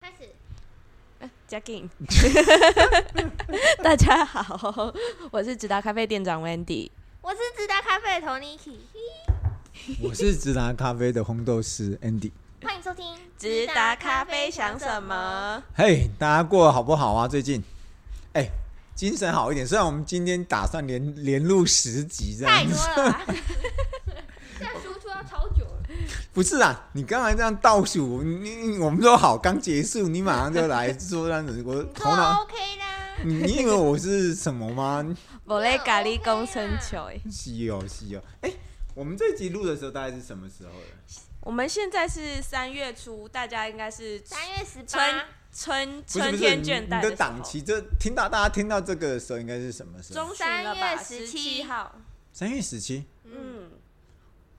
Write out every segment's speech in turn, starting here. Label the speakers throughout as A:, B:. A: 开始，
B: 嘉 靖，大家好，我是直达咖啡店长 Wendy。
A: 我是直达咖啡的 Toniki，
C: 我是直达咖啡的烘豆师 Andy。
A: 欢迎收听？？
C: 嘿、大家过得好不好啊？最近，哎、精神好一点。虽然我们今天打算连连录十集这
A: 太
C: 样
A: 多
C: 子，
A: 了 吧，这样输出要超久了。
C: 不是啊？你刚才这样倒数，你你我们说好刚结束，你马上就来说这样子，我
A: 你
C: 头
A: 说
C: 脑。
A: OK 啦，
C: 你你以为我是什么吗？
B: 我咧咖喱公生球欸，
C: 西哦西哦，哎、我们这集录的时候大概是什么时候了？
B: 我们现在是三月初，大家应该是
A: 三月十
B: 春
A: 八，
B: 春
C: 不是
B: 春
C: 不是，
B: 天
C: 你
B: 倦
C: 你
B: 怠
C: 的
B: 时
C: 档
B: 候，
C: 期，这听到大家听到这个的时候，应该是什么时候
B: 中？旬了吧？
A: 三月
B: 十
A: 十七
B: 七号，
C: 三月十七。
B: 嗯，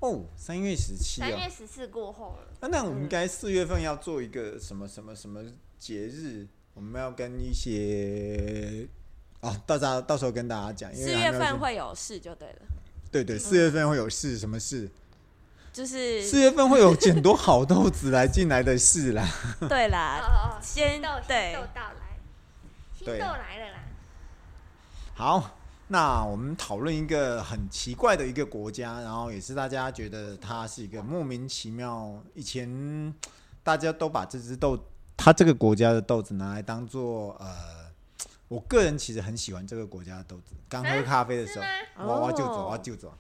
C: 哦，三月十七
A: 三
C: 哦
A: 月。十四过后了，
C: 啊那我
B: 嗯
C: 们应该四月份要做一个什么什么什么节日，我们要跟一些啊，到时候到时候跟大家讲，因
B: 嗯四
C: 为还
B: 月
C: 没有
B: 份
C: 说
B: 会有事就对了，
C: 对对，四月份会有事，什么事？
B: 就是
C: 四月份会有很多好豆子来进来的事啦。
A: 哦
B: 对啦，
A: 哦，
B: 啊先
A: 新豆新
B: 对
A: 豆到来，新豆
C: 对
A: 来了啦，
C: 好，那我们讨论一个很奇怪的一个国家，然后也是大家觉得它是一个莫名其妙，以前大家都把这只豆，它这个国家的豆子拿来当做呃，我个人其实很喜欢这个国家的豆子。刚喝咖啡的时
A: 是
C: 候
A: 吗，？
C: 我我要就
B: 哦
C: 走，我要就走，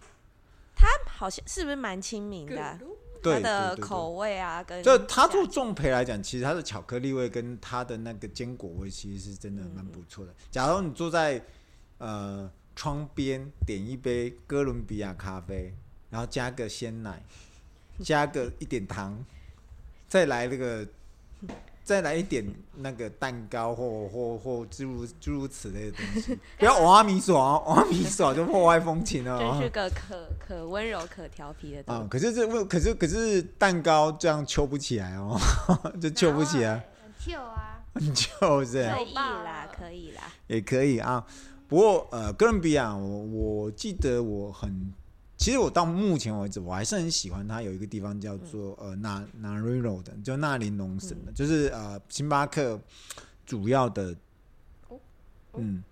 B: 它好像是不是蛮亲民的啊？它
C: 对
B: 的
C: 对对
B: 口
C: 对。
B: 味啊，跟
C: 就它做重培来讲，其实它的巧克力味跟它的那个坚果味，其实是真的蛮不错的。假如你坐在呃窗边点一杯哥伦比亚咖啡，然后加个鲜奶，加个一点糖，再来那个，再来一点那个蛋糕或或或诸如诸如此类的东西，不要娃娃米索啊，娃娃米索就破坏风情了、
B: 真
C: 哦
B: 是。个可可温柔可调皮的东
C: 啊、
B: 西。
C: 可是这为可是可是蛋糕这样揪不起来哦， 就揪不起来，
A: 很旧啊，
C: 就是
A: 啊
B: 可以啦，可以啦。
C: 也可以啊。不过呃，哥伦比亚，我我记得我很，其实我到目前为止我还是很喜欢它有一个地方叫做、
B: 嗯
C: 呃纳纳瑞罗的，就纳林农省的，就是呃星巴克主要的
A: 哦，哦
C: 嗯，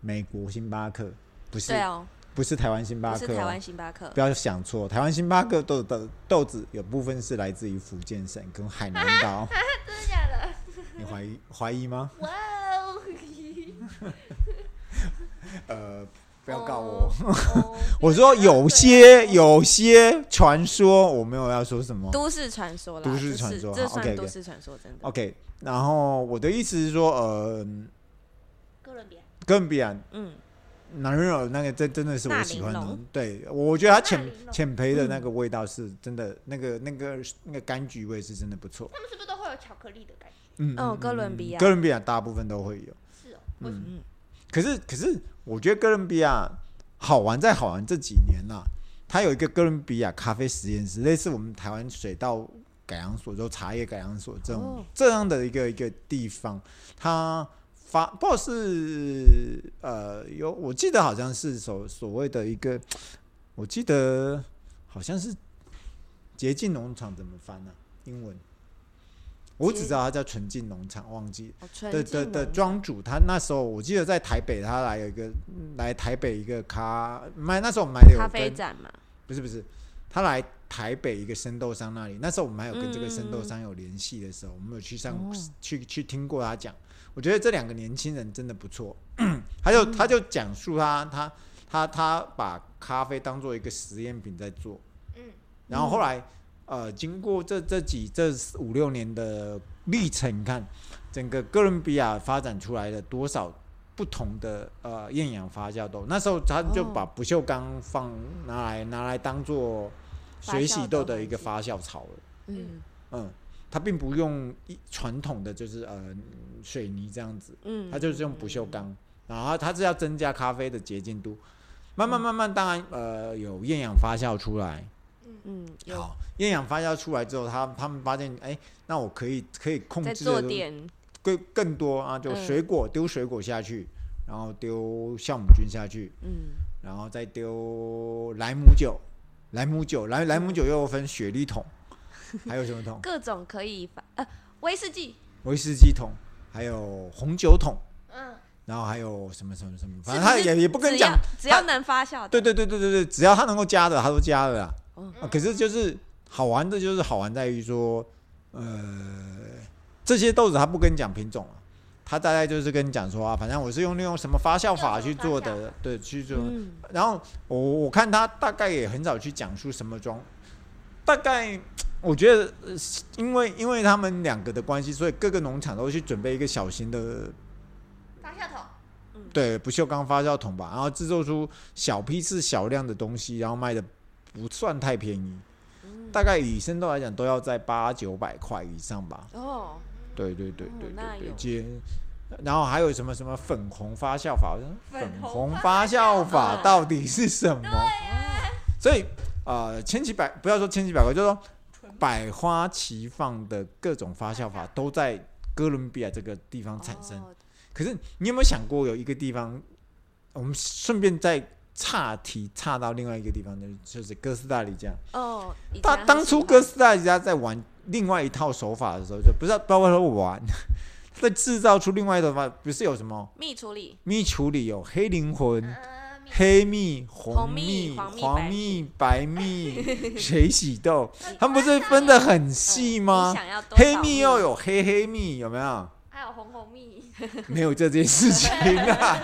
C: 美国星巴克不是、
B: 对哦，
C: 不是台湾星巴
B: 不
C: 克、
B: 是
C: 哦，
B: 台湾星巴克
C: 不，要想错，台湾星巴克豆的豆子有部分是来自于福建省跟海南 岛，
A: 真的假的？
C: 你怀疑怀疑吗？
A: 哇哦！
C: 呃，不要告
A: 告
C: 我。
A: 我
C: 哦我说有些有些传说，我没有要说什么。
B: 都市传说啦，
C: 都市传说
B: 这是这
C: 好
B: 算
C: ，OK，OK 哦
B: 都市传说，真的。
C: OK，然后我的意思是说，呃，
A: 哥伦比亚，
C: 哥伦比亚
B: 嗯，
C: 男人有那个真真的是我喜欢
B: 纳林
C: 的
B: 龙，
C: 对我觉得它浅
A: 纳林龙
C: 浅培的那个味道是真的，那个那个那个柑橘味是真的不错。
A: 他们是不是都会有巧克力的感觉？
C: 嗯，
B: 哦
C: 嗯
B: 哥伦
C: 嗯
B: 比亚
C: 哥伦比亚大部分都会有。
A: 是哦，
C: 嗯
A: 为什么？
C: 可是，可是，我觉得哥伦比亚好玩在好玩这几年啦、它有一个哥伦比亚咖啡实验室，类似我们台湾水稻改良所、就茶叶改良所这种、
B: 哦
C: 这样的一个一个地方，它发不知道是呃有，我记得好像是所所谓的一个，我记得好像是洁净农场怎么翻呢、英文我只知道它叫纯净农场，忘记了
B: 哦纯
C: 的的
B: 净
C: 的
B: 农
C: 庄主，他那时候我记得在台北，他来有一个来台北一个咖买，那时候我们还有
B: 咖啡
C: 跟
B: 展嘛，
C: 不是不是，他来台北一个生豆商那里，那时候我们还有跟
B: 嗯
C: 这个
B: 嗯
C: 生豆商有联系的时候，我们有去上、
B: 哦
C: 去去听过他讲，我觉得这两个年轻人真的不错， 他就
B: 嗯
C: 他就讲述他他他他把咖啡当做一个实验品在做，
A: 嗯，
C: 然后后来，呃，经过这这几这五六年的历程，你看整个哥伦比亚发展出来了多少不同的呃厌氧发酵豆。那时候他就
B: 哦
C: 把不锈钢放拿来拿来当做
B: 发
C: 水
B: 酵
C: 洗
B: 豆
C: 豆的
B: 来
C: 一个
B: 吃
C: 发酵槽了。
B: 嗯
C: 嗯，它并不用一传统的就是呃水泥这样子，
B: 嗯，
C: 它就是用不锈钢，然后它是要增加咖啡的洁净度。慢慢慢慢，当然呃有厌氧发酵出来。
B: 嗯，有
C: 好，厌氧发酵出来之后，他他们发现，哎、那我可以可以控
B: 在
C: 制的
B: 做
C: 东西
B: 点，
C: 更更多啊，就
B: 嗯
C: 水果丢、水果下去，然后丢酵母菌下去，
B: 嗯，
C: 然后再丢莱姆酒，莱姆酒莱莱姆酒又分雪莉桶，还有什么桶？
B: 各种可以发呃威士忌，
C: 威士忌桶，还有红酒桶，
A: 嗯，
C: 然后还有什么什么什么，
B: 是
C: 反正他
B: 不是
C: 也也不跟你
B: 只要
C: 讲。
B: 只要
C: 他
B: 能发酵的，
C: 对对对对对对，只要他能够加的，他都加了啦。
B: 嗯
C: 啊，可是就是好玩的，就是好玩在于说，呃，这些豆子他不跟你讲品种啊，他大概就是跟你讲说啊，反正我是用利用什么发酵法去做
A: 用什么
C: 的，对，去做。
B: 嗯，
C: 然后我我看他大概也很少去讲述什么装，大概我觉得，呃因为因为他们两个的关系，所以各个农场都去准备一个小型的
A: 发酵桶，
C: 对不锈钢发酵桶吧，然后制作出小批次少量的东西，然后卖的不算太便宜，大概以生豆来讲都要在八九百块以上吧。
B: 哦，
C: 对对对
B: 哦
C: 对
B: 那
C: 对
B: 有
C: 对，接。然后还有什么什么粉红发酵法？我说
A: 粉
C: 粉
A: 红
C: 红
A: 发
C: 发
A: 酵
C: 酵
A: 法
C: 法到底是什么？
B: 哦
C: 所以呃，千奇百不要说千奇百怪，就是说百花齐放的各种发酵法都在哥伦比亚这个地方产生。
B: 哦
C: 可是你有没有想过，有一个地方，我们顺便再岔题岔到另外一个地方，就是就是哥斯达黎加。
B: 哦，以前
C: 他
B: 很
C: 当
B: 喜
C: 初
B: 欢
C: 哥斯达黎加在玩另外一套手法的时候，就不是包括说玩， 他在制造出另外一种方法，不是有什么
B: 蜜处理，
C: 蜜处理有黑灵魂、
A: 嗯，米
C: 黑蜜、
B: 呃红
C: 红
B: 蜜
C: 蜜、
B: 黄蜜白
C: 黄蜜、白 蜜、水洗豆， 他们不是分
A: 的，
C: 的很细吗
B: 你？想要多
C: 黑
B: 少
C: 蜜又有黑黑蜜，有没有？
A: 还有红红蜜，
C: 没有这件事情 啊，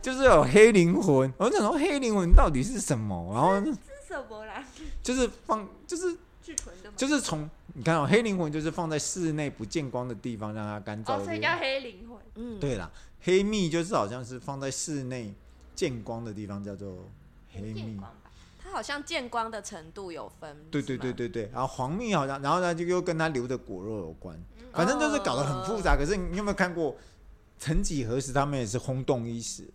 C: 就是有黑灵魂。我想说黑灵魂到底是什么？然后
A: 是什么啦？
C: 就是放，就是
A: 是纯的吗？
C: 就是从你看哦，黑灵魂就是放在室内不见光的地方让它干燥
A: 哦，
C: 的
A: 所以
C: 地
A: 叫
C: 方。
A: 黑灵魂，
B: 嗯，
C: 对啦，黑蜜就是好像是放在室内见光的地方叫做黑
A: 不见
C: 蜜。
A: 光吧？
B: 它好像见光的程度有分，
C: 对
B: 是
C: 对
B: 吗
C: 对，对对，然后黄蜜好像，然后呢就又跟它留的果肉有关，
A: 嗯
C: 反
A: 哦
C: 正就是搞得很复杂。可是你有没有看过？曾几何时，他们也是轰动一时。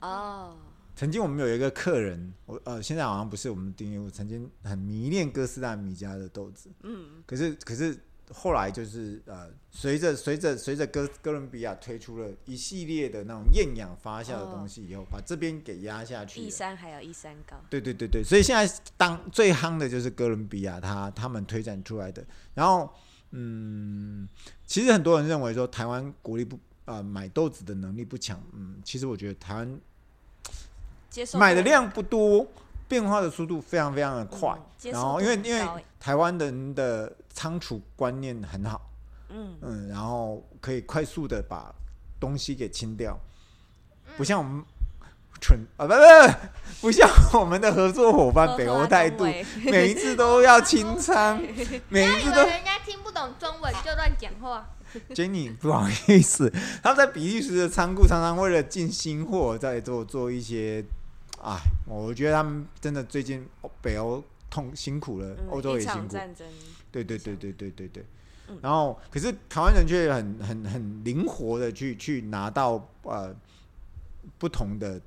B: 哦，
C: 曾经我们有一个客人，我呃，现在好像不是我们订阅户，曾经很迷恋哥斯达米加的豆子，
B: 嗯，
C: 可是可是后来就是呃，随着随着随着哥哥伦比亚推出了一系列的那种厌氧发酵的东西以后，把这边给压下去
B: 一
C: 了。
B: 山还有一山高，
C: 对对对对，所以现在当最夯的就是哥伦比亚，他他们推展出来的。然后，嗯，其实很多人认为说台湾国力不呃买豆子的能力不强，嗯，其实我觉得台湾
B: 接受
C: 买
B: 度
C: 的量不多，变化的速度非常非常的快
B: 嗯。接受
C: 然
B: 度
C: 后因为
B: 很
C: 因
B: 高
C: 为
B: 欸
C: 台湾人的仓储观念很好，
B: 嗯，
C: 嗯，然后可以快速的把东西给清掉，
B: 嗯
C: 不像我们蠢啊，不不 不，不像我们的合作伙伴北欧态度，每一次都要 清仓，每一
A: 以
C: 次
A: 为
C: 都
A: 人家听不懂中文就乱讲话，
C: Jenny 不好意思，他们在比利时的仓库常常为了进新货，在做做一些，哎，我觉得他们真的最近欧北欧痛辛苦了，欧、洲
B: 嗯一
C: 也辛
B: 场
C: 苦，
B: 战争，
C: 对对对对对对对。
B: 嗯
C: 然后，可是台湾人却很很很灵活的去去拿到呃不同的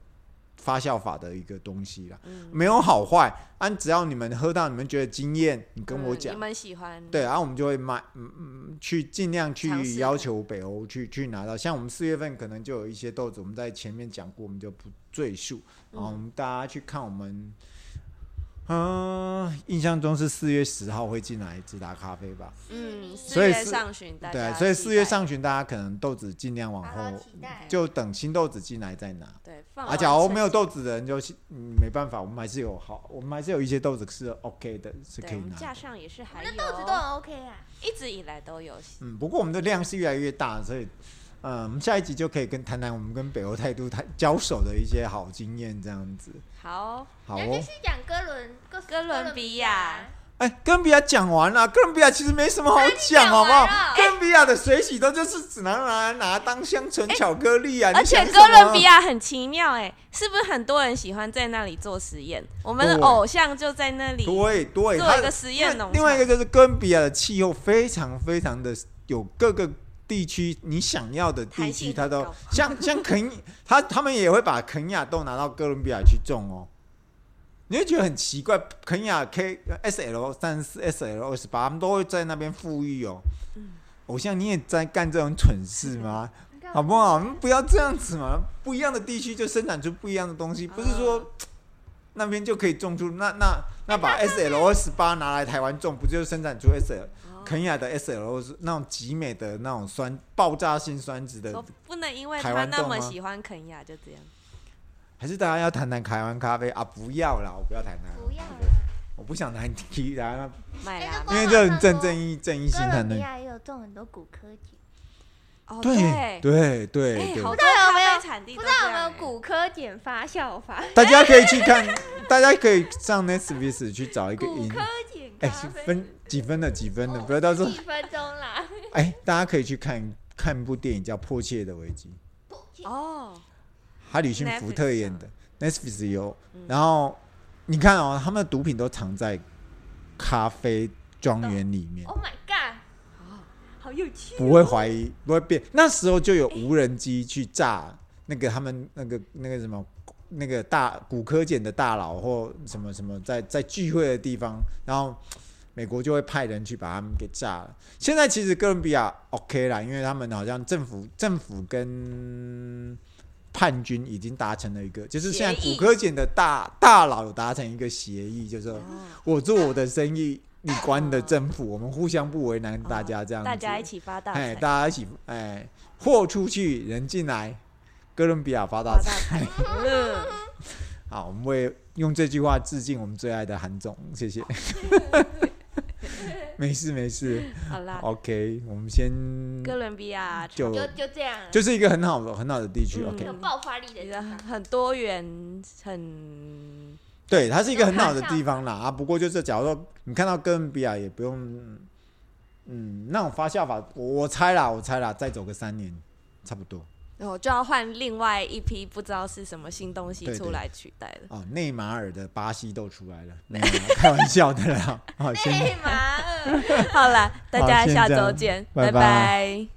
C: 发酵法的一个东西啦，
B: 嗯，
C: 没有好坏，啊，只要你们喝到，你们觉得惊艳，你跟我
B: 嗯
C: 讲
B: 你。们喜欢，
C: 对，然、后我们就会买，嗯嗯，去尽量
B: 尝
C: 去
B: 试
C: 要求北欧去去拿到。像我们四月份可能就有一些豆子，我们在前面讲过，我们就不赘述。
B: 嗯
C: 然后我们大家去看我们，嗯、印象中是四月十号会进来直达咖啡吧？
B: 嗯，四
C: 所以
B: 月
C: 是
B: 上旬大
C: 对啊，
B: 家
C: 所以
B: 期
C: 四月
B: 待
C: 上旬大家可能豆子尽量往
A: 好好
C: 后，
A: 期待。
C: 就等新豆子进来再拿。
B: 对，放
C: 啊，
B: 完
C: 假如
B: 春
C: 没有
B: 节
C: 豆子的人就，嗯没办法，我们还是有好，我们还是有一些豆子是 OK 的，是可
B: 对，我
C: 以
B: 们
C: 拿的
B: 架。上也是
A: 我
B: 还
A: 们的
B: 有
A: 豆子都很 OK 啊，
B: 一直以来都有，
C: 嗯，不过我们的量是越来越大，所以，嗯，我们下一集就可以跟谈谈我们跟北欧态度谈交手的一些好经验，这样子。
B: 好，
C: 好
A: 人家
C: 哦
A: 就，是讲哥伦哥斯
B: 哥伦比亚
C: 哎，哥伦比亚讲完了，哥伦比亚其实没什么好讲，
A: 讲
C: 好不好
A: 完了？
B: 啊
C: 哥伦比亚的水洗豆就是只能拿来拿当香醇巧克力啊，
B: 哎而
C: 你想
B: 且
C: 什
B: 哥伦
C: 么
B: 比亚很奇妙哎、是不是很多人喜欢在那里做实验？我们的
C: 对
B: 偶像就在那里，
C: 对
B: 做
C: 对，它
B: 一个
C: 的
B: 实验农
C: 另外一
B: 场
C: 个就是哥伦比亚的气候非常非常的有各个地区你想要的地
B: 弹
C: 区，
B: 性
C: 它
B: 很
C: 都
B: 高
C: 像像肯他他们也会把肯亚豆拿到哥伦比亚去种哦。你会觉得很奇怪，肯亚 K S L 三四 S L 二十八，他们都会在那边富裕哦。
B: 嗯
C: 偶像，你也在干这种蠢事吗？
A: 你看
C: 好不好？我们不要这样子嘛！不一样的地区就生产出不一样的东西，不是说、
B: 嗯
C: 那
B: 哎
C: 边就可以种出那那那把 S L 二十八拿来台湾种，不就生产出 S L？、
B: 哦
C: 肯亚的 SLO 是那种极美的那种酸爆炸性酸值的
B: 说，不能因为
C: 呃台
B: 他
C: 湾
B: 那
C: 豆
B: 么
C: 吗
B: 喜欢肯亚就这样。
C: 还是大家要谈谈台湾咖啡啊？不要啦，我不要谈它，
A: 不要啦。
C: 我不想谈提台湾，
B: 买
A: 哎
B: 啦
A: 那，
C: 因
A: 光
C: 为这很正正义正义心
D: 哥
C: 谈
D: 伦
C: 的
D: 比，亚也有种很多骨科碱，
B: 哦
C: 对对
B: 哎
C: 对，
B: 好
C: 对，
B: 多
D: 知道有没有
B: 咖啡产地
D: 不
B: 都
D: 知
B: 这样
D: 道有没
B: 哎，
D: 有骨科碱发酵法？
C: 大家可以去看，大家可以上 Netflix 去找一个
D: 骨
C: 影
D: 科，碱
C: 哎，
D: 咖啡，
C: 分几分的几分的，
A: 啊哦
C: 不要到时候
D: 一分钟 啦，
C: 哎，大家可以去看看一部电影叫《迫切的危机》，
B: 哦，
C: 哈里逊·福特
B: Netflix
C: 演的，Netflix 有
B: 嗯。
C: 然后你看哦，他们的毒品都藏在咖啡庄园里面，
D: ，Oh my god，
A: 哦好有趣。啊
C: 不会怀疑，不会变。那时候就有无人机去炸那个他们那个那个什么。那个大骨科检的大佬或什么什么在在聚会的地方，然后美国就会派人去把他们给炸了。现在其实哥伦比亚 OK 啦，因为他们好像政府政府跟叛军已经达成了一个，就是现在
B: 协议
C: 骨科检的大大佬有达成一个协议，就是说
B: 哦
C: 我做我的生意，你管你的政府，我们互相不为难大家这样子，
B: 大家一起发大
C: 哎，
B: 财，
C: 大家一起哎，货出去，人进来，哥伦比亚发大
B: 发大
C: 财。
B: 财，嗯
C: 好，我们为用这句话致敬我们最爱的韩总，谢谢。没事没事
B: 好啦，
C: 哦，OK，我们先
B: 哥伦比亚
C: 就
D: 就就这样了，
C: 就是一个很好的很好的地区
B: 嗯
C: ，OK，
D: 有爆发力的
B: 觉
D: 地
B: 得
D: 方，
B: 很多元，很
C: 对，它是一个很好的地方啦啊。不过就是假如说你看到哥伦比亚，也不用嗯那种发酵法，我我猜啦，我猜啦，再走个三年差不多。
B: 我哦就要换另外一批不知道是什么新东西
C: 对对
B: 出来取代了。
C: 哦，内马尔的巴西豆出来了，没有啦开玩笑的啦。好，先
D: 内马尔。
B: 好啦，大家
C: 好先
B: 下
C: 这
B: 周
C: 样
B: 见，
C: 拜拜
B: 拜拜